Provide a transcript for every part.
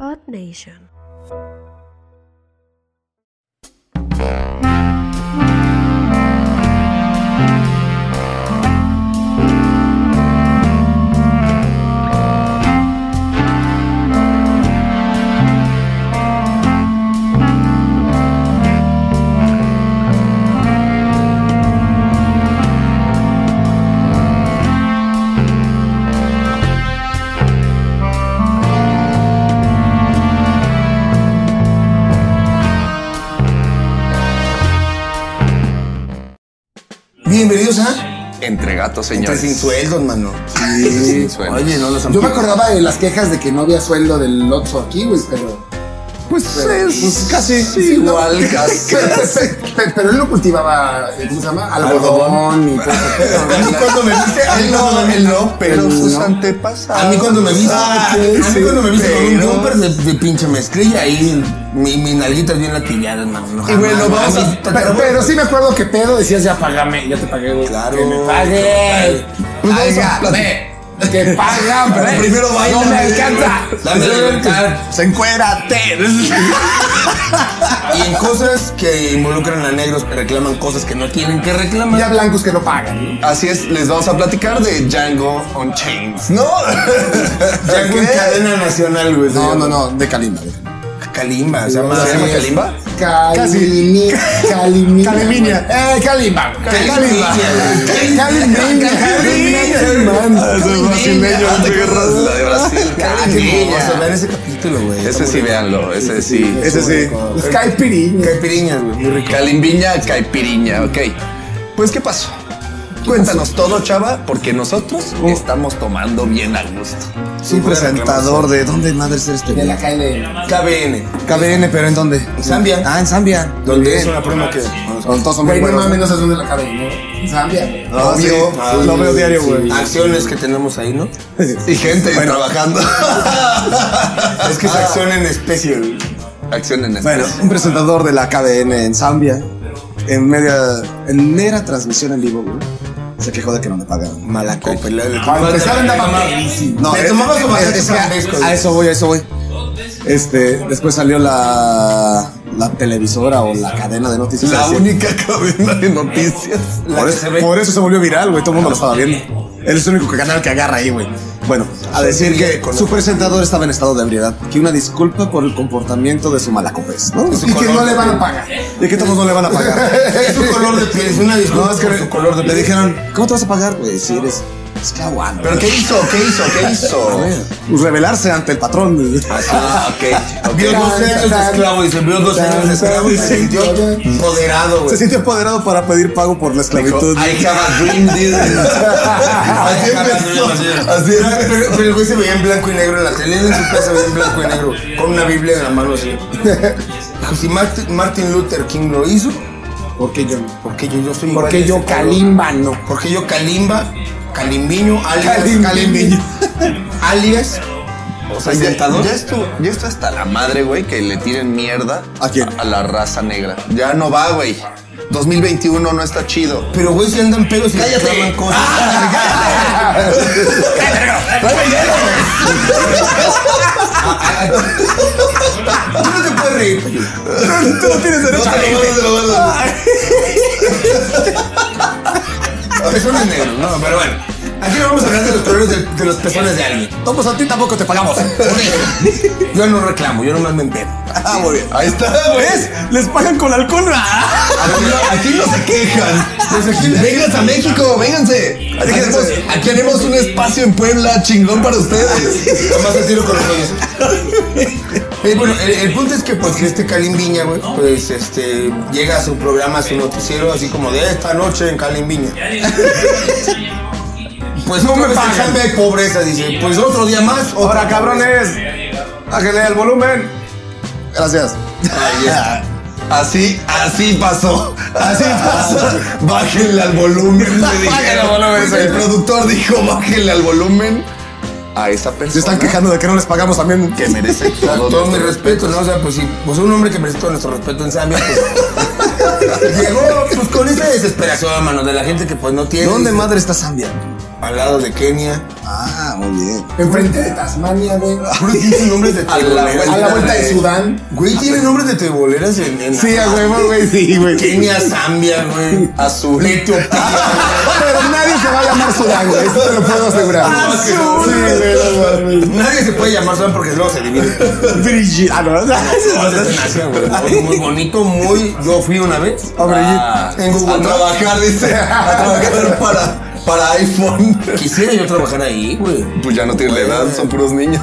Earth Nation. Bienvenidos a Entre gatos, Entre señores. sin sueldos, mano. Entre sin sueldos. Oye, no los Yo me acordaba de las quejas de que no había sueldo del Oxxo aquí, güey, pero, Pues es pues, casi igual, casi. pero, pero- pero- pero él no cultivaba, eh, ¿cómo se llama? Algodón y todo eso. A mí cuando me viste, a mí cuando me viste, pero sus no. antepasados. a mí cuando me viste, Ah, a mí sí, cuando me viste con un pero- jumper de, de pinche mezclilla ahí, mi, mi nalguita es bien latillada, hermano. No, Y bueno, jamás, vamos ¿no? a- Mis- Pero, pero sí me acuerdo que pedo decías ya págame, ya te pagué, güey. Claro. Que me pagues. Pues vamos a Págame. Que pagan, Pero primero baila. No me alcanza. Dame la libertad. Se encuérate. Y en cosas que involucran a negros que reclaman cosas que no tienen que reclamar. Ya blancos que no pagan. Así es, les vamos a platicar de Django on Chains, ¿no? Django en cadena nacional, güey. se No, llama. no, no, de Kalimba. Kalimba, se llama. ¿Se llama Sí, Kalimba? Calimi, Caliminia. Caliminia. Ah, Eh, Kalimba. güey. Kalimba. Caliminia. Ah, Caliminia. soy Kalimba. brasileño, no te acuerdas de la de Brasil. Ah, qué hermoso, vean ese capítulo, güey. Ese sí, véanlo, ese sí. Ese sí. Es Caipiriña. Caipiriñas, güey. Muy rico. Calimbiña, caipiriña, ok. Pues, ¿qué pasó? Cuéntanos todo, chava, porque nosotros estamos tomando bien a gusto. Sí, presentador de dónde este? madres eres De la calle. KBN. KBN, pero ¿en dónde? Zambia. Ah, en Zambia. Donde es una promo que. Los dos son muy Güey, no buenos. mames, no sabes dónde la calle, ¿no? Zambia, güey. Ah, sí. Obvio. Ah, Lo sí, veo diario, sí. güey. Acciones que tenemos ahí, ¿no? Y gente trabajando. Es que es acción en especie, güey. Acción en Bueno, especie. un presentador de la KBN en Zambia, en media, en mera transmisión en vivo, güey. Se quejó de que no le pagaban. Mala copa. Para empezar andaba No, Te eh, tomabas o eh, es, machaste que Francisco, a, a eso voy, a eso voy. Este, después salió la, la televisora o la cadena de noticias. a La decir- única cadena de noticias. Por que eso, se ve. por eso se volvió viral, güey. Todo el mundo lo estaba viendo. Él es el único canal que agarra ahí, güey. Bueno, a decir que su presentador estaba en estado de ebriedad. Que una disculpa por el comportamiento de su malacopés, ¿no? Y que no le van a pagar. Y que todos no le van a pagar. Es su color de piel, es una disculpa. No, es que por su color de le piel. dijeron, ¿cómo te vas a pagar, güey? Si eres esclavo. ah, no, ¿Pero qué hizo? ¿Qué hizo? ¿Qué a hizo? ver, pues, Rebelarse ante el patrón. güey. Ah, ok. ok. Vio 12 años de esclavo, dice. Vio 12 años de esclavo y se sintió empoderado, Se güey. sintió empoderado para pedir pago por la Dijo, esclavitud. I have a dream Así empezó. Así era. Pero, pero el güey se veía en blanco y negro en la tele. Él en su casa se veía en blanco y negro. Con una Biblia en la mano así. Dijo, si Martin, Martin Luther King lo hizo, ¿Por qué yo? ¿por qué yo, yo soy igual Porque que yo ese cabrón? Kalimba no. ¿Por qué yo Kalimba, Kalimbiño, alias Kalimbiño. alias O sea, ya, ya esto, ya esto hasta la madre, güey, que le tiren mierda ¿A quién? A, la raza negra. Ya no va, güey. 2021 no está chido. Pero güey, si andan pedos y reclaman cosas. Tú no te puedes reír. Tú no tienes derecho a reírte. Pezones negros, no, pero bueno. Aquí no vamos a hablar de los colores de, de los pezones de alguien. Todos a ti tampoco te pagamos. Yo no reclamo, yo nomás me empedo. Ah, muy bien. Ahí está, güey. pues. ¿Ves? Les pagan con alcohol. Ah. Aquí no, aquí no se quejan. Pues aquí, Vénganse a México, vénganse. Aquí tenemos, aquí tenemos un espacio en Puebla chingón para ustedes. Nomás el tiro con los niños. Eh, bueno, el, el punto es que pues este Calimbiña, güey, pues este llega a su programa, a su noticiero, así como de esta noche en Calimbiña. Pues no me pagan de pobreza, dice. Pues otro día más. Ahora, cabrones. Bájenle el volumen. Gracias. Así, así pasó. Así pasó. Bájenle al volumen. le dijeron. Bájenle al volumen, sí. El productor dijo, bájenle al volumen a esa persona. Se están quejando de que no les pagamos también. que merece todo, Todo mi nuestro respeto, ¿no? O sea, pues si pues, un hombre que merece todo nuestro respeto en Zambia, pues. llegó pues, con esa desesperación, mano, de la gente que pues no tiene. ¿Dónde dice, madre está Zambia? al lado de Kenia. Ah, muy bien. Enfrente de Tasmania, güey. Güey, tiene nombres de A la teboleras. A la vuelta de de- Sudán. Güey, tiene nombres de teboleras en, en Sí, a huevo, Ah, güey, sí, güey. Kenia, Zambia, güey. Azul. Etiopía. Pero nadie se va a llamar Ah, Sudán, güey. Eso te lo puedo asegurar. Ah, Sí, Sudán. güey, no mames. Nadie se puede llamar Sudán porque luego se divide. Brigitte. Ah, no, No, es en Asia, güey. Muy- Muy bonito, muy. Yo fui una vez. Ah, Brigitte. Ah, En Google a Maps. trabajar, dice. A trabajar para, para iPhone. Quisiera yo trabajar ahí, güey. Pues ya no tiene la edad, son puros niños.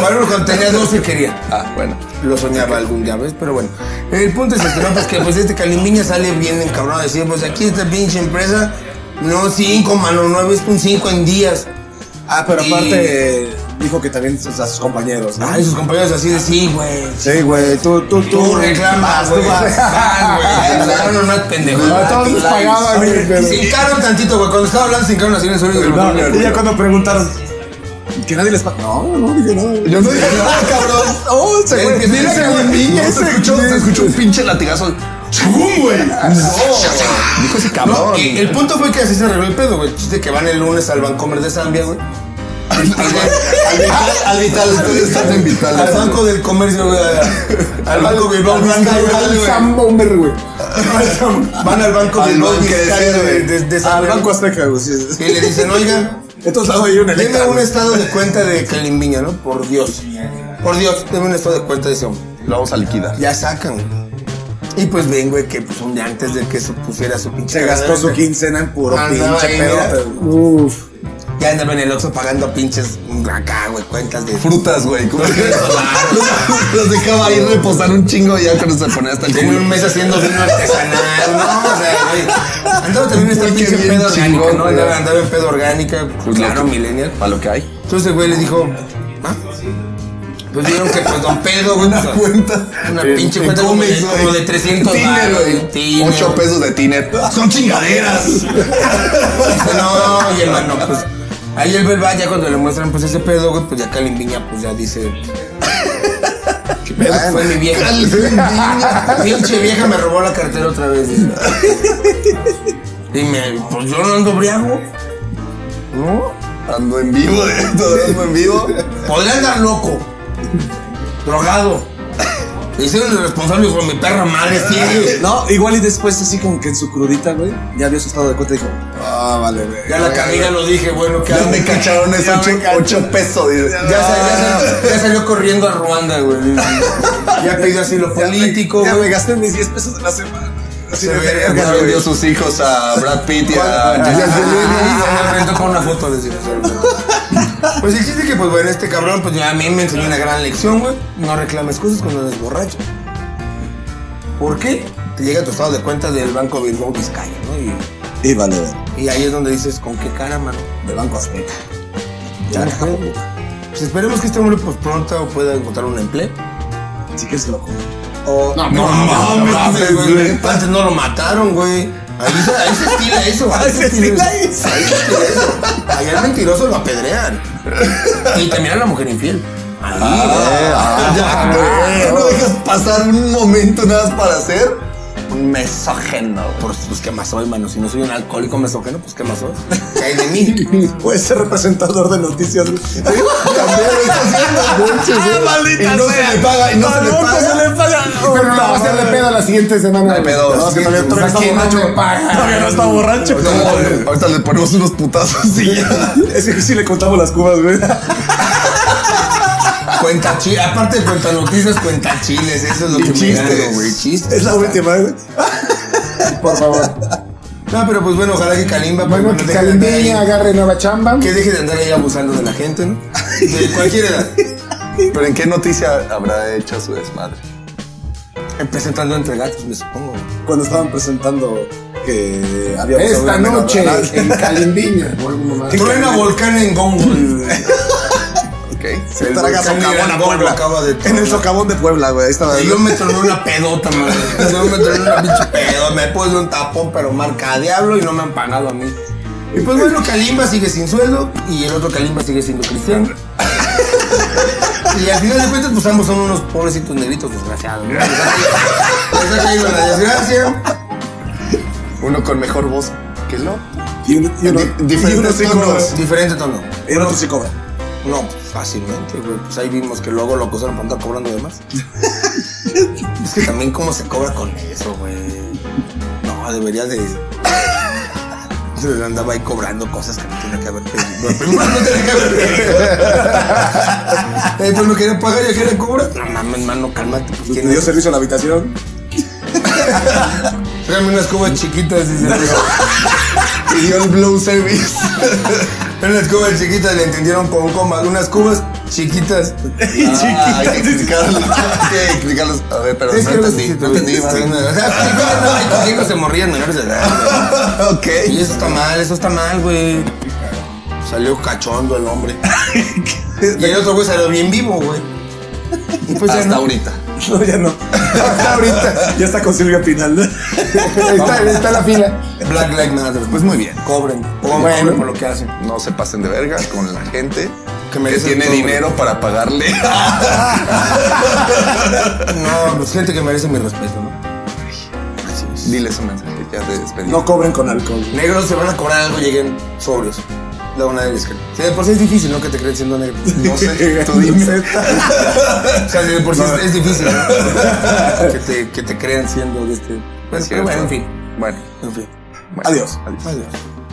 Bueno, cuando tenía 12 quería. Ah, bueno. Lo soñaba algún día, ¿ves? Pero bueno. El punto es este, ¿no? Pues que pues este Calimbiña sale bien encabronado. Decía, pues aquí esta pinche empresa, no 5, mano, no es un 5 en días. Ah, pero Y- aparte dijo que también sus- a sus compañeros, ¿no? Ay, sus compañeros así de sí, güey. Sí, güey, tú, tú, tú. Tú reclamas, tú güey. vas. Vas, güey. Claro, no es pendejo. A todos nos pagaban, güey. Y pero- se hincaron tantito, güey. Cuando estaba hablando, se hincaron así en el suelo. y No, lo- y ya cuando preguntaron que nadie les pagó. No, no dije nada. Yo no dije nada, cabrón. Oh, se Ven, Ah, que Mira, se- güey, mira Se ese escuchó, se güey. escuchó un pinche latigazo. ¡Chum, güey! No. Dijo ese Ah, No, cabrón. y el punto fue que así se arregló el pedo, güey. El Chiste que van el lunes al Bancomer de Zambia, güey. Al vital, al vital, ustedes están en vital. Al Banco del Comercio, güey. a- Al Banco Bilbao Vizcaya, Al güey. Sam Bomber, güey. Van al Banco Al Bilbao Banco de Vizcaya Zambia, de, güey. de, de Al Zambia, Banco güey. Azteca, güey. sí, sí. Y le dicen, oigan, Entonces lados hay una deme electra. un güey. estado de cuenta de Calimbiña, ¿no? Por Dios. Por Dios, deme un estado de cuenta de ese hombre. Lo vamos a liquidar. Ya sacan. güey. Y pues ven, güey, que pues un día antes de que se pusiera su pinche. Se gastó su cagadera, quincena en puro Andaba pinche ahí, mira. pedo. Uh. güey. Uf. Ya andaba en el Oxxo pagando pinches acá, güey, cuentas de. Frutas, güey. ¿cómo que- los, los dejaba ahí reposar un chingo y ya cuando se ponía hasta el Tiene culo. un mes haciendo vino artesanal, ¿no? O sea, güey. Andaba también esta Güey, qué pinche bien pedo orgánica, chingón, ¿no? güey. Andaba, andaba en pedo orgánica, Pues claro, lo que- millennial. Para lo que hay. Entonces, güey, le dijo, ¿ah? Pues vieron que, pues, don pedo, güey. pues, Cuenta. Una en- pinche en cuenta como de, cómics, güey. como de 300 Tiner, baros, güey. Tiner. 8 pesos de tiner. Son chingaderas. Dice, no, oye, hermano, pues. Ahí el verbal, ya cuando le muestran, pues, ese pedo, güey, pues, ya Calimbiña, pues, ya dice... ¿Qué pedo? Fue mi vieja. Pinche vieja me robó la cartera otra vez. dice. Dime, pues yo no ando briago. ¿No? Ando en vivo, eh, todo ando en vivo. Podría andar loco. Drogado. Hicieron el responsable con mi perra madre, sí. No, igual y después así como que en su crudita, güey, ya vio su estado de cuenta y dijo, ah, vale, güey. Ya la camina lo dije, bueno, ¿qué Ya hago? me cacharon Ya esos me 8, cacharon. pesos. dice. Ya, sal- Ah. ya sal- ya salió corriendo a Ruanda, güey. Ya pidió asilo político, Ya me güey. gasté mis 10 pesos de la semana. Así Se de ve, verga, Ya güey. vendió sus hijos a Brad Pitt y a Ya Angelina se Jolie. le enfrentó con una foto de Pues el chiste es que, pues bueno, este cabrón, pues ya a mí me enseñó una gran lección, güey. No reclames cosas cuando eres borracho. ¿Por qué? Te llega tu estado de cuenta del Banco Bilbao Vizcaya, ¿no? Y Y vale, güey. Y ahí es donde dices, ¿con qué cara, mano? Del Banco Azteca. Ya no puedo. Pues esperemos que este hombre pues pronto pueda encontrar un empleo. Si quieres que lo compre. O... No, pues, mames, güey. Antes no lo mataron, güey. Ahí se, ahí se estila eso. Ahí se estila eso. Ahí se estila eso. Allá el mentiroso lo apedrean. Y también a la mujer infiel. Ahí, Ah, güey. Ya, güey. No dejas pasar un momento nada más para hacer un mesógeno. güey. Por, pues qué más soy, mano. Si no soy un alcohólico mesógeno, pues qué más soy. ¿Qué hay de mí? Puede ser representador de noticias, güey. También lo está haciendo, güey. Ah, Y no se le paga, y no se le paga. le paga. Pero no va a ser de pedo la siguiente semana. Ay, güey. pedo. No, que todavía Sí, todavía pues, está aquí borracho. no me paga. Todavía no está borracho. No, eh, Ahorita le ponemos unos putazos y ya. Es que sí le contamos las cubas, güey. Cuenta chi- Aparte de cuenta noticias, cuenta chiles. Eso es lo Y que me chistes. gano, güey. Chistes. Es la última, güey. Por favor. No, pero pues bueno, ojalá que Kalimba, pues, Bueno, no que deje de andar ahí- Calimbeña agarre nueva chamba. que deje de andar ahí abusando de la gente, ¿no? De cualquier edad. Pero en qué noticia habrá hecho su desmadre. Presentando entre gatos, me supongo. Cuando estaban presentando que había Esta noche en Se Calimbeña. o algo más. Truena volcán en Gongo. Ok. traga volcán socavón Irán a Gongo Puebla. acaba de en el tronar. socavón de Puebla, güey. Ahí estaba. Y yo me troné una pedota, madre. Yo me troné una pinche pedo. Me puse un tapón, pero marca a diablo y no me han pagado a mí. Y pues bueno, Kalimba sigue sin sueldo y el otro Kalimba sigue siendo cristiano. Y al final de cuentas, pues ambos son unos pobrecitos negritos desgraciados. ¿no? Les ha caído- les ha caído la desgracia. Uno con mejor voz que el otro. Y uno, y uno, Di- y uno diferente sí tono. cobra. Diferente tono. Y el otro sí cobra. No, fácilmente, güey. Pues ahí vimos que luego lo acusaron por andar cobrando de más. es que también cómo se cobra con eso, güey. No, deberías de... Se andaba ahí cobrando cosas que no tenía que haber pedido. Bueno, Primero no tenía que haber pedido. Eh, pues no quería pagar, ya quería cobrar. No mames, mano, cálmate. Pues Te tienes dio servicio a la habitación. Tráeme unas cubas chiquitas y se rió. Y dio el blow service. unas cubas chiquitas le entendieron con coma. Unas cubas chiquitas. Ah, hay que explicarlos. Hay que explicarlos. A ver, pero no entendí. No entendí. Sí, no, o sea, sí, no, no, y tus hijos se morrían menores de edad. Ok. güey. Y eso está mal, eso está mal, güey. Salió cachondo el hombre. Y el otro güey salió bien vivo, güey. Y pues ya Hasta no. ahorita. No, ya no. Hasta ahorita. Ya está con Silvia Pinal. está, está la fila. Black Lives Matter. Pues muy bien. Cobren. Cobren por lo que hacen. No se pasen de verga con la gente Que que, merece tiene todo, dinero para pagarle. No, pues gente que merece mi respeto, ¿no? Diles un mensaje. Ya te despedí. No cobren con alcohol. Negros se van a cobrar algo, lleguen sobrios. La una de les cree. Sí, de por sí es difícil, ¿no? Que te creen siendo negro. No sé, tú dime. O sea, de por sí es- es difícil, ¿no? que, te, que te crean siendo de este. Bueno, Es pero cierto. bueno, en fin. Bueno, En fin. bueno. Adiós. Adiós. Adiós.